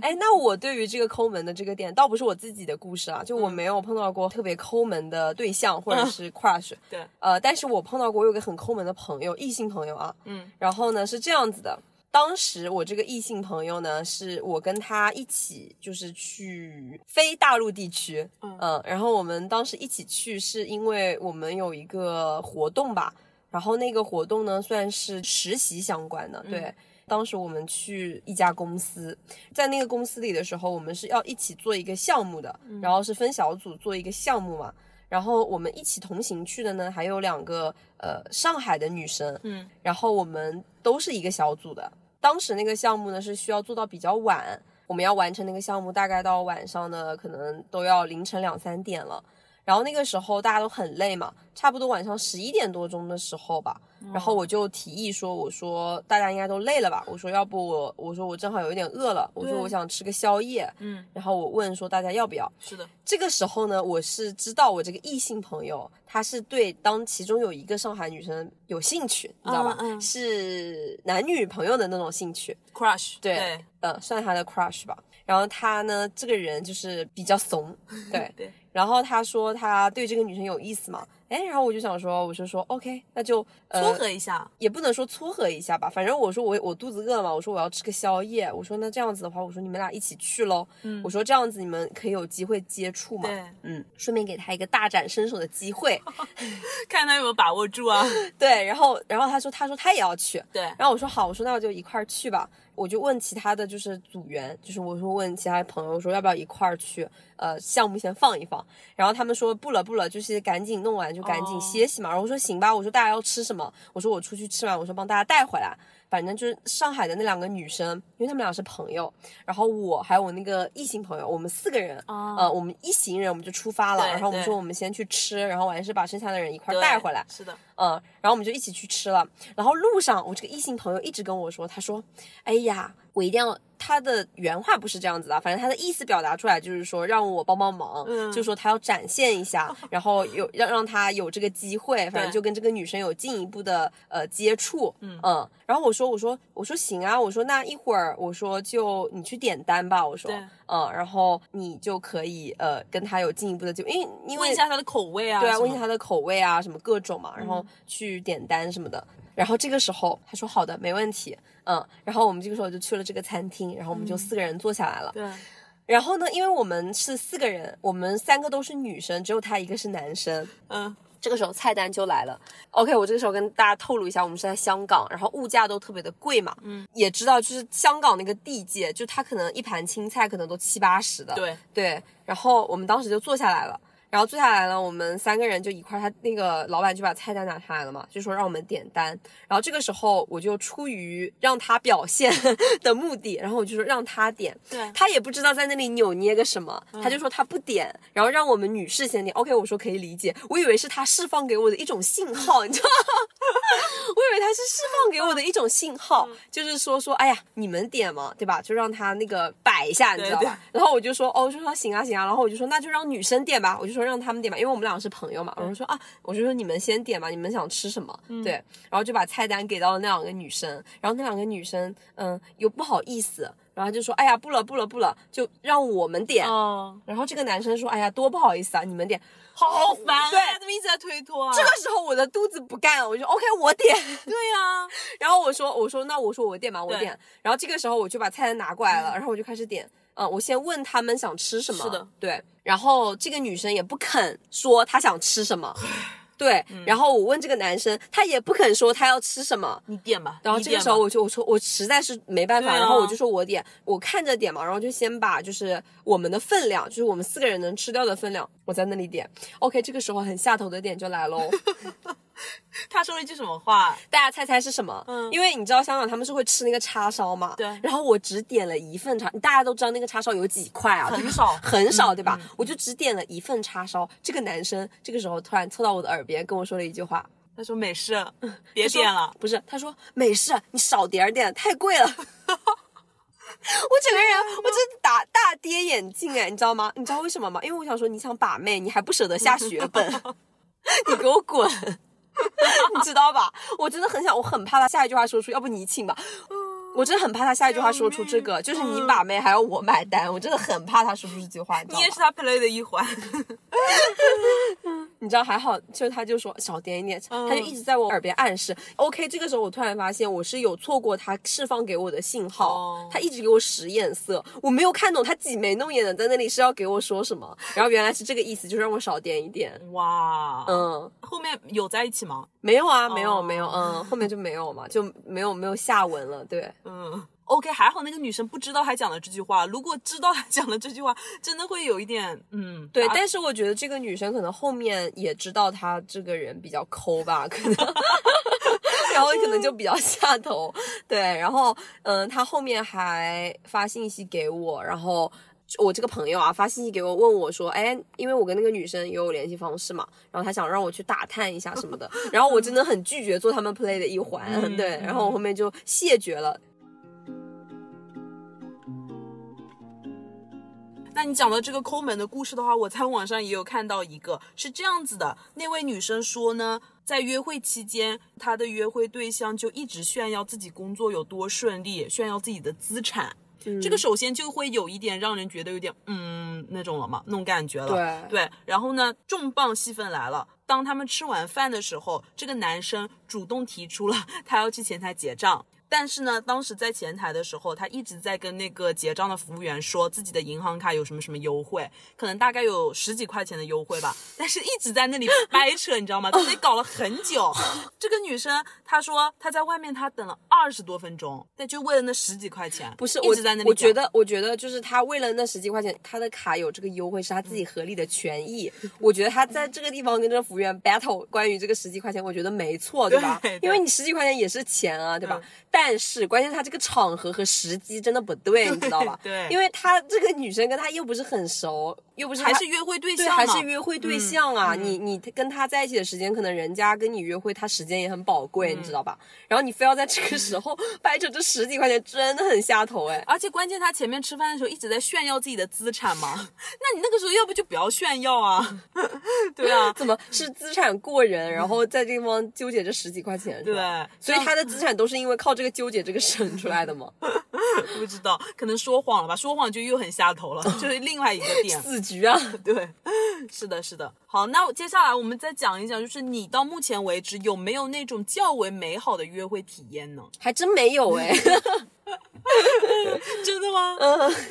C: 哎，那我对于这个抠门的这个点，倒不是我自己的故事啊，就
B: 嗯
C: 我没有碰到过特别抠门的对象或者是 crush，”
B: 对，
C: 呃，但是我碰到过我有个很抠门的朋友，异性朋友啊，
B: 嗯
C: 然后呢是这样子的，当时我这个异性朋友呢，是我跟他一起就是去非大陆地区，
B: 嗯
C: 呃然后我们当时一起去是因为我们有一个活动吧，然后那个活动呢算是实习相关的，对。当时我们去一家公司，在那个公司里的时候，我们是要一起做一个项目的，然后是分小组做一个项目嘛。然后我们一起同行去的呢，还有两个呃上海的女生，
B: 嗯
C: 然后我们都是一个小组的。当时那个项目呢是需要做到比较晚，我们要完成那个项目，大概到晚上呢可能都要凌晨两三点了。然后那个时候大家都很累嘛，差不多晚上十一点多钟的时候吧，然后我就提议说，我说大家应该都累了吧，我说要不我我说我正好有一点饿了，我说
B: 对
C: 我想吃个宵夜，
B: 嗯，
C: 然后我问说大家要不要，
B: 是的，
C: 这个时候呢，我是知道我这个异性朋友，他是对当其中有一个上海女生有兴趣，你知道吧？
B: 嗯嗯
C: 是男女朋友的那种兴趣，
B: ，crush，
C: 对，
B: 对
C: 呃，算他的 crush 吧。然后他呢，这个人就是比
B: [laughs]
C: 较怂，对。
B: 对，
C: 然后他说他对这个女生有意思嘛，哎，然后我就想说，我就说 OK，那就呃
B: 撮合一下，
C: 也不能说撮合一下吧，反正我说我我肚子饿了嘛，我说我要吃个宵夜，我说那这样子的话，我说你们俩一起去喽，
B: 嗯
C: 我说这样子你们可以有机会接触嘛，
B: 对，
C: 嗯，顺便给他一个大展身手的机会， [laughs]
B: 看他有没有把握住啊。
C: 对，然后然后他说他说他也要去， [laughs]
B: 对，
C: 然后我说好，我说那我就一块儿去吧。我就问其他的就是组员，就是我说问其他朋友说要不要一块儿去，呃，项目先放一放。然后他们说不了不了，就是赶紧弄完就赶紧
B: 哦
C: 歇息嘛。然后我说行吧，我说大家要吃什么？我说我出去吃完，我说帮大家带回来。反正就是上海的那两个女生，因为她们俩是朋友，然后我还有我那个异性朋友，我们四个人，
B: 哦
C: 呃，我们一行人我们就出发了。
B: 对
C: 然后我们
B: 对
C: 说我们先去吃，然后完事把剩下的人一块儿
B: 对
C: 带回来。
B: 是的，
C: 嗯，然后我们就一起去吃了。然后路上，我这个异性朋友一直跟我说，他说：“哎呀，我一定要。”他的原话不是这样子的，反正他的意思表达出来就是说让我帮帮忙，
B: 嗯
C: 就说他要展现一
B: [laughs]
C: 下，然后有让让他有这个机会，反正
B: 对
C: 就跟这个女生有进一步的呃接触，
B: 嗯
C: 然后我说我说我说行啊，我说那一会儿我说就你去点单吧，我说
B: 对
C: 嗯，然后你就可以呃跟他有进一步的就因为因为
B: 问一下他的口味啊，
C: 对啊，
B: 什
C: 问一
B: 么
C: 下他的口味啊，什么各种嘛，然后去点单什么的。然后这个时候他说好的，没问题，嗯。然后我们这个时候就去了这个餐厅，然后我们就四个人坐下来了。
B: 对，
C: 然后呢，因为我们是四个人，我们三个都是女生，只有他一个是男生。
B: 嗯，
C: 这个时候菜单就来了。OK，我这个时候跟大家透露一下，我们是在香港，然后物价都特别的贵嘛，
B: 嗯，
C: 也知道就是香港那个地界，就它可能一盘青菜可能都七八十的，
B: 对，
C: 对，然后我们当时就坐下来了，然后坐下来了，我们三个人就一块儿，他那个老板就把菜单拿上来了嘛，就说让我们点单。然后这个时候我就出于让他表现 [laughs] 的目的，然后我就说让他点，
B: 对
C: 他也不知道在那里扭捏个什么，他就说他不点，然后让我们女士先点。OK，我说可以理解，我以为是他释放给我的一种信号， [laughs] 你知道吗？我以为他是释放给我的一种信号，就是说说，哎呀，你们点嘛，对吧？就让他那个摆一下，你知道吧？然后我就说，哦，我就说行啊行啊，然后我就说那就让女生点吧，我就说让他们点吧，因为我们俩是朋友嘛。我就说啊，我就说你们先点吧，你们想吃什么？
B: 嗯
C: 对，然后就把菜单给到了那两个女生，然后那两个女生，嗯，又不好意思，然后就说，哎呀，不了不了不了，就让我们点。
B: 哦，
C: 然后这个男生说：“哎呀，多不好意思啊，你们点。”
B: 好烦啊，
C: 对
B: 怎么一直在推脱啊？
C: 这个时候我的肚子不干了，我就 OK，我点。
B: 对啊呀，
C: 然后我说我说那我说我点吧，我
B: 对
C: 点。然后这个时候我就把菜单拿过来了，然后我就开始点。嗯，我先问他们想吃什么。
B: 是的，
C: 对。然后这个女生也不肯说她想吃什么，对，
B: 嗯
C: 然后我问这个男生，他也不肯说他要吃什么。
B: 你点吧。
C: 然后
B: 你
C: 这个
B: 点
C: 时候
B: 吧
C: 我就我说我实在是没办法，
B: 对啊
C: 然后我就说我点，我看着点嘛，然后就先把就是我们的分量，就是我们四个人能吃掉的分量，我在那里点。OK，这个时候很下头的点就来
B: [laughs]
C: 喽，
B: 他说了一句什么话？
C: 大家猜猜是什么？
B: 嗯
C: 因为你知道香港他们是会吃那个叉烧嘛，
B: 对
C: 然后我只点了一份叉，大家都知道那个叉烧有几块啊，
B: 很
C: 对吧
B: 少 [laughs]
C: 很
B: 嗯
C: 少对吧？我就只点了一份叉烧。这个男生这个时候突然凑到我的耳边跟我说了一句话，
B: 他说没事，别
C: 他说
B: 点了。，
C: 不是，他说没事，你少点儿点，太贵了。 [laughs] 我整个人，啊我真打大跌眼镜哎，你知道吗？你知道为什么吗？因为我想说，你想把妹，你还不舍得下血本， [laughs] 你给我滚， [laughs] 你知道吧？我真的很想，我很怕他下一句话说出，要不你请吧。我真的很怕他下一句话说出这个，就是你把妹还要我买单，我真的很怕他说出这句话，你
B: 你
C: 知道
B: 也
C: 吧
B: 是？他 play 的一环，
C: 你知道还好，就他就说少点一点，
B: 嗯
C: 他就一直在我耳边暗示。OK，这个时候我突然发现我是有错过他释放给我的信号，
B: 哦
C: 他一直给我使眼色，我没有看懂他挤眉弄眼的在那里是要给我说什么，然后原来是这个意思，就让我少点一点。
B: 哇，
C: 嗯，
B: 后面有在一起吗？
C: 没有啊，没有、
B: 哦
C: 没有，嗯，后面就没有嘛，就没有没有下文了。对，
B: 嗯，OK，还好那个女生不知道他讲了这句话，如果知道他讲了这句话，真的会有一点，嗯，
C: 对，
B: 打
C: 但是我觉得这个女生可能后面也知道她这个人比较抠吧，
B: [laughs]
C: 可能，然后可能
B: 嗯
C: 就比较下头。对，然后嗯，她后面还发信息给我，然后。我这个朋友啊，发信息给我，问我说：“哎，因为我跟那个女生也有联系方式嘛，然后她想让我去打探一下什
B: [laughs]
C: 么的。”然后我真的很拒绝做他们 play 的一环，
B: 嗯
C: 对。然后我后面就谢绝了。
B: 那你讲到这个抠门的故事的话，我在网上也有看到一个是这样子的，那位女生说呢，在约会期间，她的约会对象就一直炫耀自己工作有多顺利，炫耀自己的资产。这个首先就会有一点让人觉得有点嗯那种了嘛，那种感觉了。
C: 对
B: 对，然后呢，重磅戏份来了。当他们吃完饭的时候，这个男生主动提出了他要去前台结账。但是呢，当时在前台的时候，他一直在跟那个结账的服务员说自己的银行卡有什么什么优惠，可能大概有十几块钱的优惠吧，但是一直在那里掰扯，你知道吗？自己搞了很久。这个女生她说她在外面她等了二十多分钟，但就为了那十几块钱，
C: 不是
B: 一
C: 我
B: 直在那里
C: 我觉
B: 讲
C: 得，我觉得就是他为了那十几块钱，他的卡有这个优惠是他自己
B: 嗯
C: 合理的权益。我觉得他在这个地方跟这个服务员 battle 关于这个十几块钱，我觉得没错，
B: 对
C: 吧？
B: 对嗯
C: 因为你十几块钱也是钱啊，对吧？但是关键他这个场合和时机真的不对，你知道吧？
B: [laughs] 对
C: 因为他这个女生跟他又不是很熟，又不是
B: 还
C: 他
B: 是约会对象
C: 对，
B: 嘛，嗯
C: 还是约会对象啊？你你跟他在一起的时间，可能人家跟你约会，他时间也很宝贵，
B: 嗯
C: 你知道吧？然后你非要在这个
B: [laughs]
C: 时候掰扯这十几块钱，真的很下头哎。
B: 而且关键他前面吃饭的时候一直在炫耀自己的资产嘛， [laughs] 那你那个时候要不就不要炫耀啊， [laughs] 对啊，嗯
C: 怎么是资产过人，然后在这地方纠结这十几块钱？是
B: 对
C: 吧，所以他的资产都是因为靠这个纠结这个省出来
B: [laughs]
C: 的吗？
B: 不知道可能说谎了吧，说谎就又很下头了，就是另外一个点。
C: 死局啊！
B: 对，是的，是的。好，那接下来我们再讲一讲，就是你到目前为止有没有那种较为美好的约会体验呢？
C: 还真没有
B: [laughs]
C: 哎。
B: 真的 [laughs] 吗？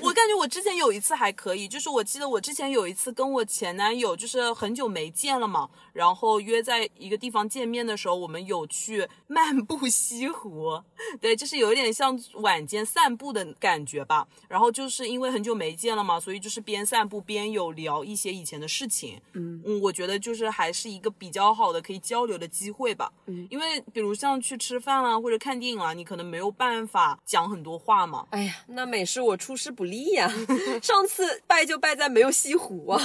B: 我感觉我之前有一次还可以，就是我记得我之前有一次跟我前男友，就是很久没见了嘛，然后约在一个地方见面的时候，我们有去漫步西湖，对，就是有一点像晚间散步的感觉吧。然后就是因为很久没见了嘛，所以就是边散步边有聊一些以前的事情。嗯我觉得就是还是一个比较好的可以交流的机会吧。嗯，因为比如像去吃饭啦、或者看电影啊啦、你可能没有办法讲很多话嘛。
C: 哎呀，那美是我出师不利
B: [laughs]
C: 呀、上次败就败在没有西湖啊。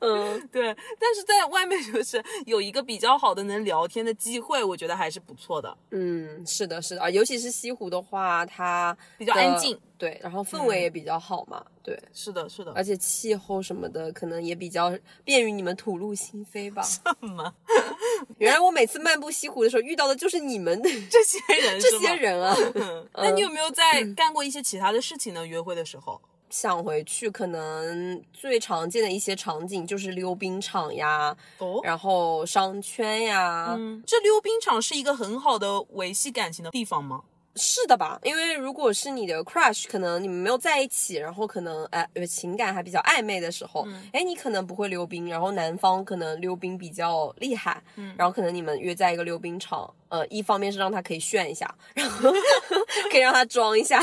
C: 嗯，
B: [laughs] 对，但是在外面就是有一个比较好的能聊天的机会，我觉得还是不错的。
C: 嗯，是的，是的，啊尤其是西湖的话，它
B: 比较
C: 的
B: 安静，嗯
C: 对，然后氛围也比较好嘛，对，
B: 是的，是的
C: 而。且气候什么的，可能也比较便于你们吐露心扉吧。
B: 么？
C: 原来我每次漫步西湖的时候遇到的就是你们的
B: 这些人，
C: [laughs] 这些。人
B: [laughs]
C: 啊。
B: 嗯，那你有没有在干过一些其他的事情呢？约会的时候，
C: 想回去，可能最常见的一些场景就是溜冰场呀，
B: 哦，
C: 然后商圈呀。
B: 嗯，这溜冰场是一个很好的维系感情的地方吗？
C: 是的吧？因为如果是你的 crush，可能你们没有在一起，然后可能哎、呃、情感还比较暧昧的时候，
B: 嗯
C: 哎、你可能不会溜冰，然后男方可能溜冰比较厉害，
B: 嗯
C: 然后可能你们约在一个溜冰场，呃，一方面是让他可以炫一下，然
B: [laughs]
C: 后可以让他装一下，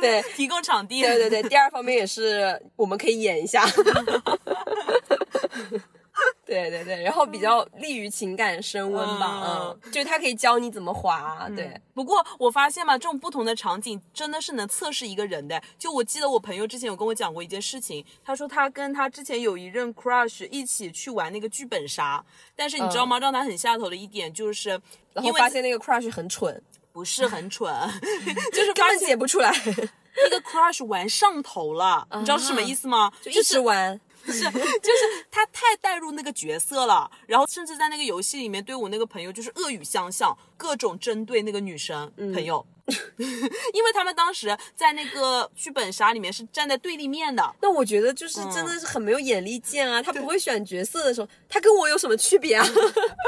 C: 对，
B: 提供场地，
C: 对对对，第二方面也是我们可以演
B: [laughs]
C: 一下。对对对，然后比较利于情感升温吧，
B: 嗯
C: 嗯，就是他可以教你怎么滑，啊对，
B: 不过我发现嘛，这种不同的场景真的是能测试一个人的。就我记得我朋友之前有跟我讲过一件事情，他说他跟他之前有一任 crush 一起去玩那个剧本杀，但是你知道吗？让他很下头的一点就是，
C: 嗯然
B: 因
C: 后
B: 为
C: 发现那个 crush 很 [laughs] 蠢，
B: 不是很蠢，就是
C: 根
B: 发
C: 本
B: 现
C: 解不出来，
B: 那个 crush 玩上头了，
C: 嗯
B: 你知道是什么意思吗？
C: 就
B: 就
C: 一
B: 是
C: 直玩，
B: 是，就是他太带入那个角色了，然后甚至在那个游戏里面对我那个朋友就是恶语相向，各种针对那个女生、
C: 嗯
B: 朋友。 [laughs] 因为他们当时在那个剧本杀里面是站在对立面的，
C: 那我觉得就是真的是很没有眼力见啊，他不会选角色的时候，他跟我有什么区别啊？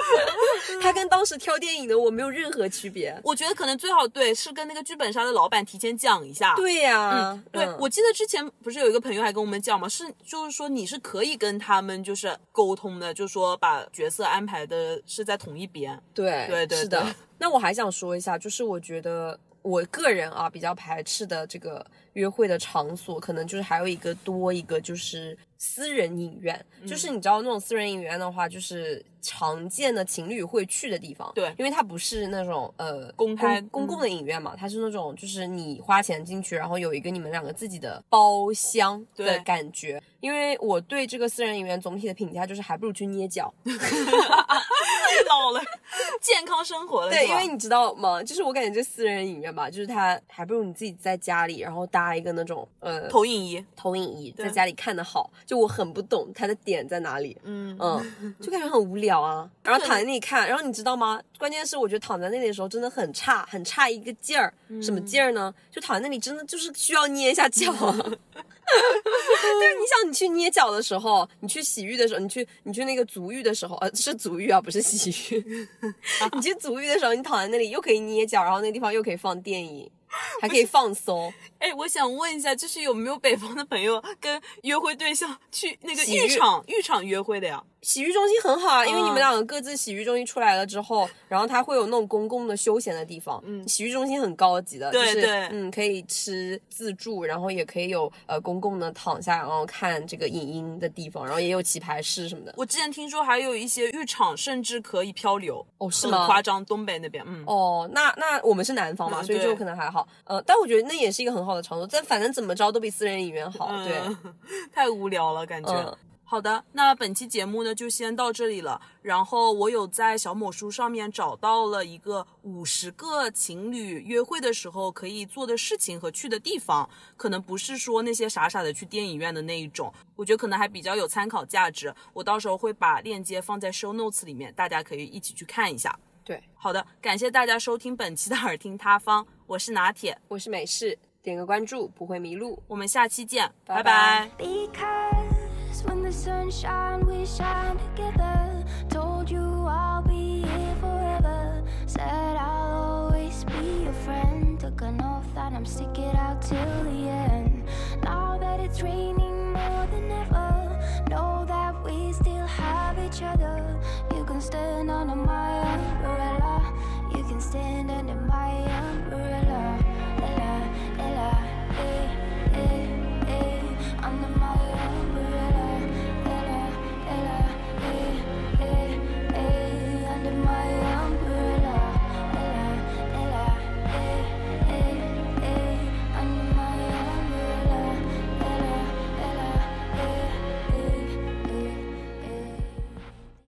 C: [laughs] 他跟当时挑电影的我没有任何区别。
B: 我觉得可能最好对是跟那个剧本杀的老板提前讲一下。
C: 对呀、
B: 对，
C: 嗯
B: 我记得之前不是有一个朋友还跟我们讲嘛，是就是说你是可以跟他们就是沟通的，就是说把角色安排的是在同一边。 [laughs]
C: 对
B: 对对
C: 是的
B: 对。
C: 那我还想说一下，就是我觉得我个人啊比较排斥的这个约会的场所，可能就是还有一个多一个就是私人影院，
B: 嗯
C: 就是你知道那种私人影院的话，就是常见的情侣会去的地方，
B: 对
C: 因为它不是那种呃
B: 公开嗯
C: 公共的影院嘛，它是那种就是你花钱进去，然后有一个你们两个自己的包厢的
B: 对
C: 感觉。因为我对这个私人影院总体的评价就是还不如去捏脚，
B: 老了，健康生活了。
C: 对，
B: 是
C: 因
B: 吧
C: 为你知道吗？就是我感觉这私人影院吧，就是它还不如你自己在家里，然后搭一个那种呃
B: 投影仪，
C: 投影仪，
B: 对
C: 在家里看的好。就我很不懂它的点在哪里，
B: 嗯
C: 嗯，就感觉很无聊啊。 [laughs] 然后
B: 对
C: 躺在那里看，然后你知道吗？关键是我觉得躺在那里的时候真的很差，很差一个劲儿。什么劲儿呢？就躺在那里真的就是需要捏一下脚 [laughs] 啊。对，你想你去捏脚的时候，你去洗浴的时候，你去你去那个足浴的时候，呃，是足浴啊，不是洗浴。 [laughs] 你去足浴的时候，你躺在那里又可以捏脚，然后那地方又可以放电影，还可以放松。
B: 哎，我想问一下，就是有没有北方的朋友跟约会对象去那个
C: 洗
B: 浴
C: 浴
B: 场浴场约会的呀？
C: 洗浴中心很好啊，因为你
B: 嗯
C: 们两个各自洗浴中心出来了之后，然后它会有那种公共的休闲的地方。嗯，洗浴中心很高级的，
B: 对
C: 就是
B: 对
C: 嗯，可以吃自助，然后也可以有呃公共的躺下，然后看这个影音的地方，然后也有棋牌室什么的。
B: 我之前听说还有一些浴场甚至可以漂流，
C: 哦，是
B: 很
C: 吗？
B: 夸张，东北那边，嗯，
C: 哦，那那我们是南方嘛，
B: 嗯
C: 所以
B: 对
C: 就可能还好。呃，但我觉得那也是一个很好的场所，但反正怎么着都比私人影院好。哦对，
B: 嗯， [laughs] 太无聊了，感觉。
C: 嗯
B: 好的，那本期节目呢就先到这里了。然后我有在小某书上面找到了一个五十个情侣约会的时候可以做的事情和去的地方，可能不是说那些傻傻的去电影院的那一种，我觉得可能还比较有参考价值。我到时候会把链接放在 show notes 里面，大家可以一起去看一下。
C: 对，
B: 好的，感谢大家收听本期的耳听他方，我是拿铁，
C: 我是美式，点个关注不会迷路。
B: 我们下期见，
C: 拜拜
B: 拜
D: Because when the sun shines, we shine together. Told you I'll be here forever. Said I'll always be your friend. Took an oath that I'm stick it out till the end. Now that it's raining more than ever, know that we still have each other. You can stand under my eh,